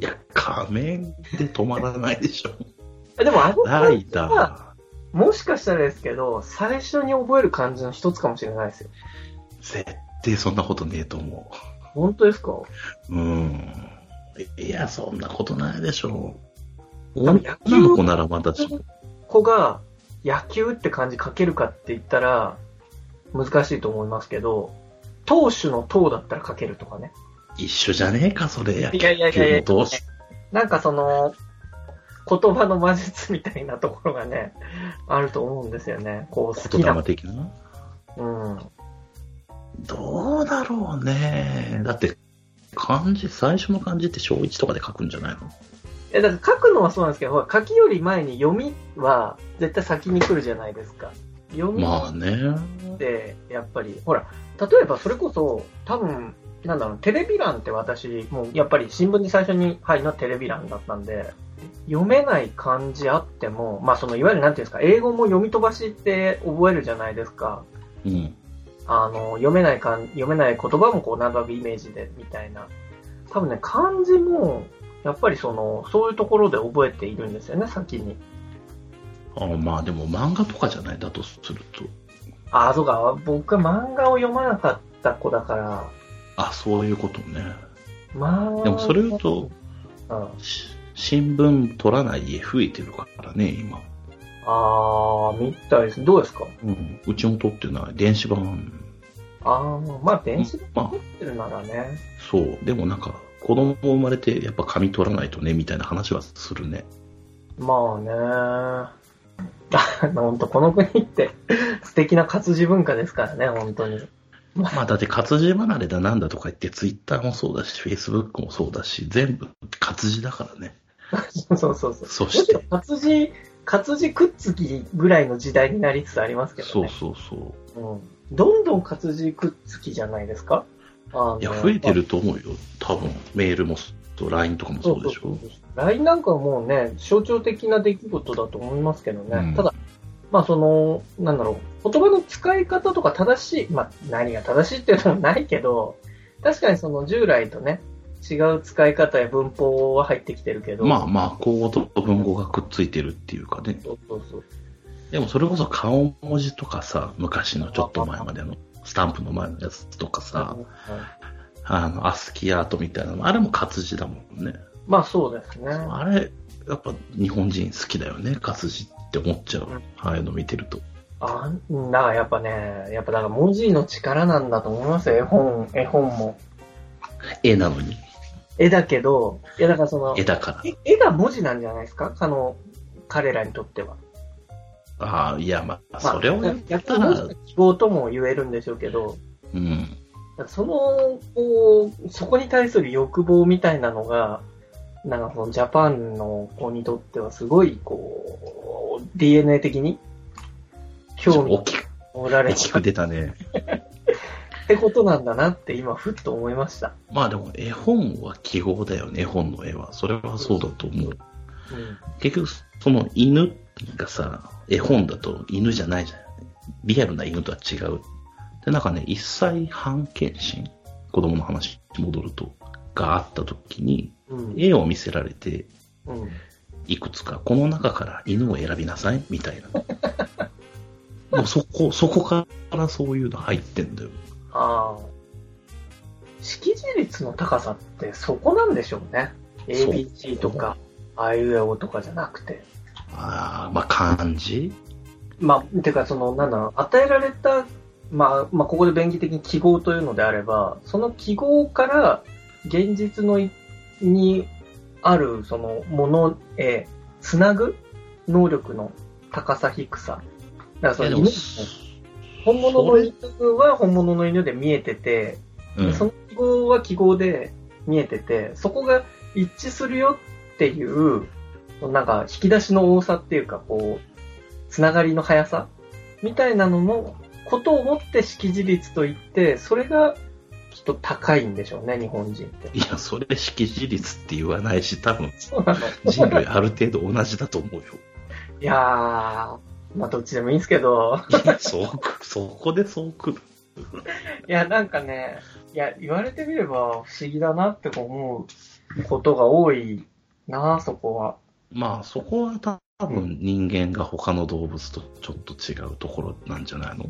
[SPEAKER 2] や、仮面って止まらないでしょ。
[SPEAKER 1] えでもあの
[SPEAKER 2] ラ
[SPEAKER 1] 漢
[SPEAKER 2] イ
[SPEAKER 1] 字
[SPEAKER 2] ダ
[SPEAKER 1] は、
[SPEAKER 2] ー。
[SPEAKER 1] もしかしたらですけど、最初に覚える漢字の一つかもしれないですよ。
[SPEAKER 2] 絶対そんなことねえと思
[SPEAKER 1] 本当ですか
[SPEAKER 2] う。うん。いや、そんなことないでしょう。
[SPEAKER 1] 多分
[SPEAKER 2] 女
[SPEAKER 1] 野球
[SPEAKER 2] の子ならまだしも、
[SPEAKER 1] 子が野球って漢字書けるかって言ったら、難しいと思いますけど、投手の投だったら書けるとかね。
[SPEAKER 2] 一緒じゃねえか、それ。
[SPEAKER 1] いやいやいやいや
[SPEAKER 2] 野球の投手
[SPEAKER 1] なんかその、言葉の魔術みたいなところがね、あると思うんですよね。こう、好き
[SPEAKER 2] 言
[SPEAKER 1] な
[SPEAKER 2] 霊。的な。
[SPEAKER 1] うん。
[SPEAKER 2] どうだろうね。だって、漢字、最初の漢字って小1とかで書くんじゃないの
[SPEAKER 1] え、だから書くのはそうなんですけど、ほら書きより前に読みは絶対先に来るじゃないですか。読み
[SPEAKER 2] まあね。
[SPEAKER 1] って、やっぱり、ほら、例えばそれこそ、多分、なんだろう、テレビ欄って私、もうやっぱり新聞に最初に入るのはテレビ欄だったんで、読めない漢字あっても、まあその、いわゆるなんていうんですか、英語も読み飛ばしって覚えるじゃないですか。
[SPEAKER 2] うん。
[SPEAKER 1] あの、読めないかん、読めない言葉もこう、なんとなくイメージで、みたいな。多分ね、漢字も、やっぱりその、そういうところで覚えているんですよね、先に。
[SPEAKER 2] あまあでも漫画とかじゃないだとすると。
[SPEAKER 1] あ、そうか、僕は漫画を読まなかった子だから、
[SPEAKER 2] あ、そういうことね。
[SPEAKER 1] まあ。
[SPEAKER 2] でもそれ言うと、
[SPEAKER 1] うん、あ
[SPEAKER 2] し新聞取らない家増えてるからね、今。
[SPEAKER 1] あー、みたいです。どうですか
[SPEAKER 2] うん。うちも取ってない。電子版。
[SPEAKER 1] あー、まあ、電子で
[SPEAKER 2] まあ
[SPEAKER 1] 撮、ってるならね。
[SPEAKER 2] そう。でもなんか、子供生まれてやっぱ紙取らないとね、みたいな話はするね。
[SPEAKER 1] まあね。 あの、本当この国って、素敵な活字文化ですからね、本当に。
[SPEAKER 2] まあだって活字離れだなんだとか言って、ツイッターもそうだし、フェイスブックもそうだし、全部活字だからね。
[SPEAKER 1] そうそうそう。
[SPEAKER 2] そ
[SPEAKER 1] む
[SPEAKER 2] し
[SPEAKER 1] してろ、活字、活字くっつきぐらいの時代になりつつありますけど
[SPEAKER 2] そう
[SPEAKER 1] ね。
[SPEAKER 2] そうそう。
[SPEAKER 1] うん、どんどん活字くっつきじゃないですかあの
[SPEAKER 2] いや、増えてると思うよ。多分、メールもそう、LINE とかもそうでしょ。
[SPEAKER 1] LINE なんかはもうね、象徴的な出来事だと思いますけどね。
[SPEAKER 2] うん
[SPEAKER 1] ただ、まあその、なんだろう、言葉の使い方とか正しい、まあ何が正しいっていうのもないけど、確かにその従来とね、違う使い方や文法は入ってきてるけど、
[SPEAKER 2] まあまあ、口語と文語がくっついてるっていうかね。
[SPEAKER 1] そうそうそう。
[SPEAKER 2] でもそれこそ顔文字とかさ、昔のちょっと前までの、スタンプの前のやつとかさ、
[SPEAKER 1] うん
[SPEAKER 2] あの、アスキーアートみたいなのも、あれも活字だもんね。
[SPEAKER 1] まあそうですね。
[SPEAKER 2] あれ、やっぱ日本人好きだよね、活字って思っちゃう。ああいうの見てると。
[SPEAKER 1] あんだからやっぱね、やっぱだから文字の力なんだと思いますよ、絵本、絵本も。
[SPEAKER 2] 絵なのに、
[SPEAKER 1] 絵だけど、いやだからその
[SPEAKER 2] 絵、だから。
[SPEAKER 1] え絵が文字なんじゃないですかあの、彼らにとっては。
[SPEAKER 2] ああ、いや、まあ、
[SPEAKER 1] まあ
[SPEAKER 2] それをやった
[SPEAKER 1] 逆に文字
[SPEAKER 2] ら
[SPEAKER 1] の、希望とも言えるんでしょうけど、
[SPEAKER 2] うん。
[SPEAKER 1] その、こう、そこに対する欲望みたいなのが、なんかそのジャパンの子にとってはすごい、こう、DNA 的に興味
[SPEAKER 2] 大
[SPEAKER 1] を
[SPEAKER 2] きく、
[SPEAKER 1] おられ
[SPEAKER 2] 大
[SPEAKER 1] た
[SPEAKER 2] き
[SPEAKER 1] っ
[SPEAKER 2] く出たね。
[SPEAKER 1] てことなんだなって今、ふっと思いました。
[SPEAKER 2] まあでも絵本は記号だよね、絵本の絵は。それはそうだと思
[SPEAKER 1] う
[SPEAKER 2] う。
[SPEAKER 1] ん
[SPEAKER 2] 結局、その犬がさ、絵本だと犬じゃないじゃん。リアルな犬とは違う。で、なんかね、一歳半検診、子供の話に戻ると、があった時に、
[SPEAKER 1] うん
[SPEAKER 2] 絵を見せられて、
[SPEAKER 1] うん
[SPEAKER 2] いくつか、この中から犬を選びなさい、みたいな。 もうそこ、そこからそういうの入ってんだよ。
[SPEAKER 1] ああ。識字率の高さってそこなんでしょうね。
[SPEAKER 2] そう
[SPEAKER 1] ABC とか、あいうえおとかじゃなくて。
[SPEAKER 2] ああ、まあ漢字
[SPEAKER 1] まあ、てかその、なんだろう、与えられた、まあ、まあ、ここで便宜的に記号というのであれば、その記号から現実のいにあるそのものへつなぐ能力の高さ低さ。だからそ
[SPEAKER 2] いや
[SPEAKER 1] の
[SPEAKER 2] で
[SPEAKER 1] 犬
[SPEAKER 2] も
[SPEAKER 1] も本物の犬は本物の犬で見えてて、
[SPEAKER 2] うん
[SPEAKER 1] その記号は記号で見えてて、そこが一致するよっていうなんか、引き出しの多さっていうか、こう、つながりの速さみたいなののことをもって識字率といって、それがきっと高いんでしょうね、日本人 って。
[SPEAKER 2] いや、それ識字率って言わないし、多分
[SPEAKER 1] そうなの。
[SPEAKER 2] 人類ある程度同じだと思うよ。
[SPEAKER 1] いやー、まあ、どっちでもいいんですけど、
[SPEAKER 2] いや そうく、そこでそうくる。
[SPEAKER 1] いや、なんかね、いや、言われてみれば不思議だなって思うことが多いな、そこは。
[SPEAKER 2] まあ、そこは多分人間が他の動物とちょっと違うところなんじゃないの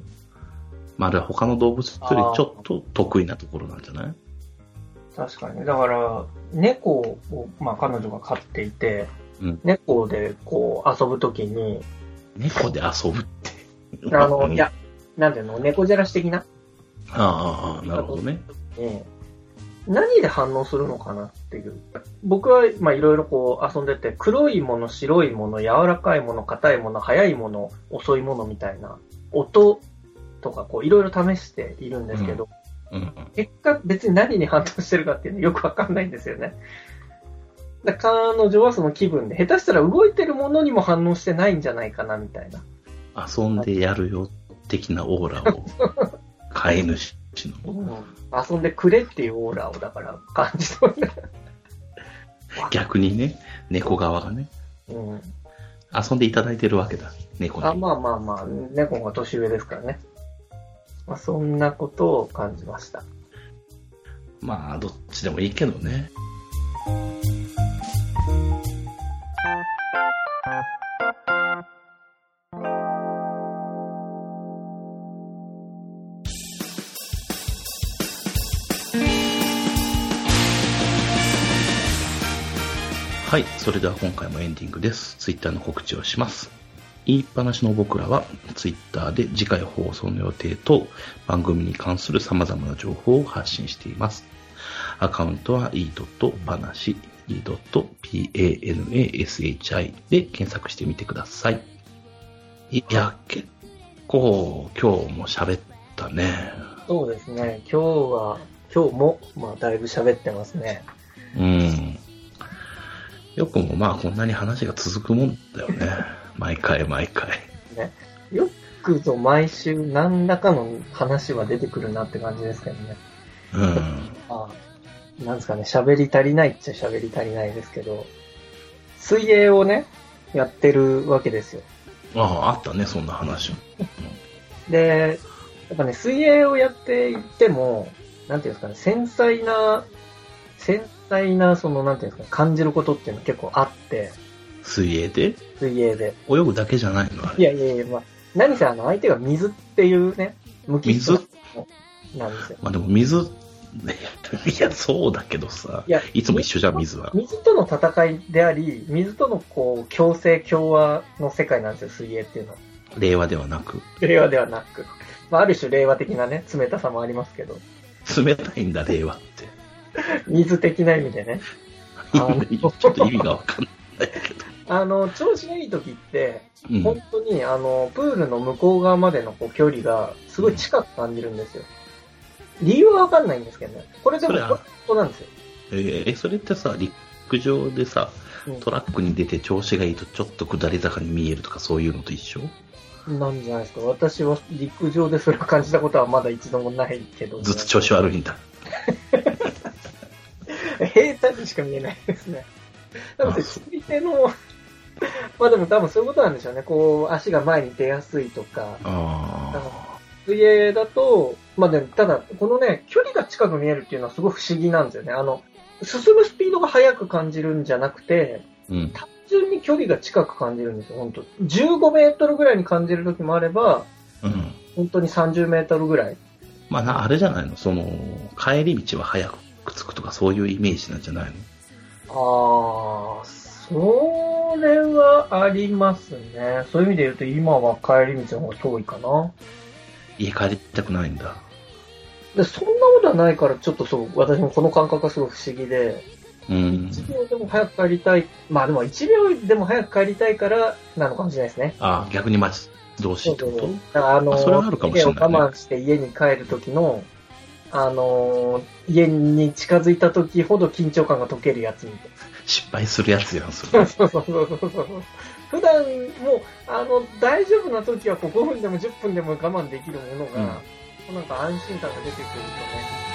[SPEAKER 2] まあ、あれは他の動物よりちょっと得意なところなんじゃない
[SPEAKER 1] 確かにね。だから、猫を、まあ、彼女が飼っていて、
[SPEAKER 2] うん
[SPEAKER 1] 猫でこう遊ぶときに、
[SPEAKER 2] 猫で遊ぶって。
[SPEAKER 1] あの、
[SPEAKER 2] うん
[SPEAKER 1] いや、なんていうの、猫じゃらし的な、
[SPEAKER 2] ああああ、なるほどね。
[SPEAKER 1] ね、何で反応するのかなっていう。僕は、まあ、いろいろこう遊んでて、黒いもの、白いもの、柔らかいもの、硬いもの、速いもの、遅いものみたいな、音とか、こう、いろいろ試しているんですけど、
[SPEAKER 2] うんうん。
[SPEAKER 1] 結果、別に何に反応してるかっていうのよくわかんないんですよね。だから彼女はその気分で、下手したら動いてるものにも反応してないんじゃないかな、みたいな。
[SPEAKER 2] 遊んでやるよ的なオー ラを飼い主の
[SPEAKER 1] 遊んでくれっていうオーラをだから感じ取る。
[SPEAKER 2] 逆にね猫側がね
[SPEAKER 1] うん、
[SPEAKER 2] 遊んでいただいてるわけだ猫
[SPEAKER 1] あ
[SPEAKER 2] に
[SPEAKER 1] まあまあまあ、猫が年上ですからね。まあ、そんなことを感じました。
[SPEAKER 2] まあどっちでもいいけどねはいそれでは今回もエンディングですツイッターの告知をします言いっぱなしの僕らはツイッターで次回放送の予定と番組に関する様々な情報を発信しています。アカウントは e.panashi e.panashi で検索してみてください。いや、結構今日も喋ったね。
[SPEAKER 1] そうですね、今日は、今日も、まあ、だいぶ喋ってますね。
[SPEAKER 2] うん。よくもまあこんなに話が続くもんだよね。毎回毎回。
[SPEAKER 1] よくぞ毎週何らかの話は出てくるなって感じですけどね。
[SPEAKER 2] うん。
[SPEAKER 1] ああなんですかね、喋り足りないっちゃ喋り足りないですけど、水泳をね、やってるわけですよ。
[SPEAKER 2] ああ、あったね、そんな話。
[SPEAKER 1] で、やっぱね、水泳をやっていっても、なんていうんですかね、繊細な、繊細な、その、なんていうんですか、感じることっていうのは結構あって、
[SPEAKER 2] 水泳で
[SPEAKER 1] 水泳で。
[SPEAKER 2] 泳ぐだけじゃないのあ
[SPEAKER 1] い
[SPEAKER 2] れ。
[SPEAKER 1] やいやいや、まあ、何せあの、相手が水っていうね、無機質
[SPEAKER 2] 水
[SPEAKER 1] なんですよ。
[SPEAKER 2] まあでも水、いや、そうだけどさ
[SPEAKER 1] いや、
[SPEAKER 2] いつも一緒じゃん、水は。
[SPEAKER 1] 水との戦いであり、水とのこう、共生共和の世界なんですよ、水泳っていうのは。
[SPEAKER 2] 令和ではなく。
[SPEAKER 1] 令和ではなく。まあ、ある種令和的なね、冷たさもありますけど、
[SPEAKER 2] 冷たいんだ、令和って。
[SPEAKER 1] 水的な意味でね。
[SPEAKER 2] ち
[SPEAKER 1] あの
[SPEAKER 2] ょっと意味がわかんない。
[SPEAKER 1] あの、調子がいい時って、
[SPEAKER 2] うん
[SPEAKER 1] 本当にあのプールの向こう側までのこう距離がすごい近く感じるんですよ。理由はわかんないんですけどね。これでも
[SPEAKER 2] それは
[SPEAKER 1] 本当なんですよ。
[SPEAKER 2] えーえそれってさ、陸上でさ
[SPEAKER 1] うん、
[SPEAKER 2] トラックに出て調子がいいとちょっと下り坂に見えるとかそういうのと一緒
[SPEAKER 1] なんじゃないですか。私は陸上でそれを感じたことはまだ一度もないけど、
[SPEAKER 2] ずっと調子悪いんだ。
[SPEAKER 1] 平坦にしか見えない ですね。多分
[SPEAKER 2] あそう
[SPEAKER 1] 釣り手の、 まあでも多分そういうことなんでしょうね。こう、足が前に出やすいとか、
[SPEAKER 2] あ
[SPEAKER 1] 水泳だと、まあでも、ただ、このね、距離が近く見えるっていうのはすごい不思議なんですよね。あの、進むスピードが速く感じるんじゃなくて、
[SPEAKER 2] あ。うん。
[SPEAKER 1] 単純に距離が近く感じるんですよ、本当15メートルぐらいに感じる時もあれば、
[SPEAKER 2] うん。
[SPEAKER 1] 本当に30メートルぐらい。
[SPEAKER 2] まあな、あれじゃないのその、帰り道は早く着くとかそういうイメージなんじゃないの
[SPEAKER 1] ああ、それはありますね。そういう意味で言うと、今は帰り道の方が遠いかな。
[SPEAKER 2] 家帰りたくないんだ。
[SPEAKER 1] で、そんなことはないから、ちょっとそう、私もこの感覚がすごい不思議で、
[SPEAKER 2] うん。
[SPEAKER 1] 1秒でも早く帰りたい。まあでも1秒でも早く帰りたいからなのかもしれないですね。
[SPEAKER 2] ああ、逆に待ち遠しいってこ
[SPEAKER 1] そう
[SPEAKER 2] と
[SPEAKER 1] そうだからあの、
[SPEAKER 2] あそれはあるかもしれないね
[SPEAKER 1] 家を我慢して家に帰る時の、あのー、家に近づいた時ほど緊張感が解けるやつみたい
[SPEAKER 2] 失敗するやつや ん、そ
[SPEAKER 1] そ
[SPEAKER 2] れ
[SPEAKER 1] う。そうそうそうそう。普段もう、あの、大丈夫な時はこう5分でも10分でも我慢できるものが、なんか安心感が出てくるとね、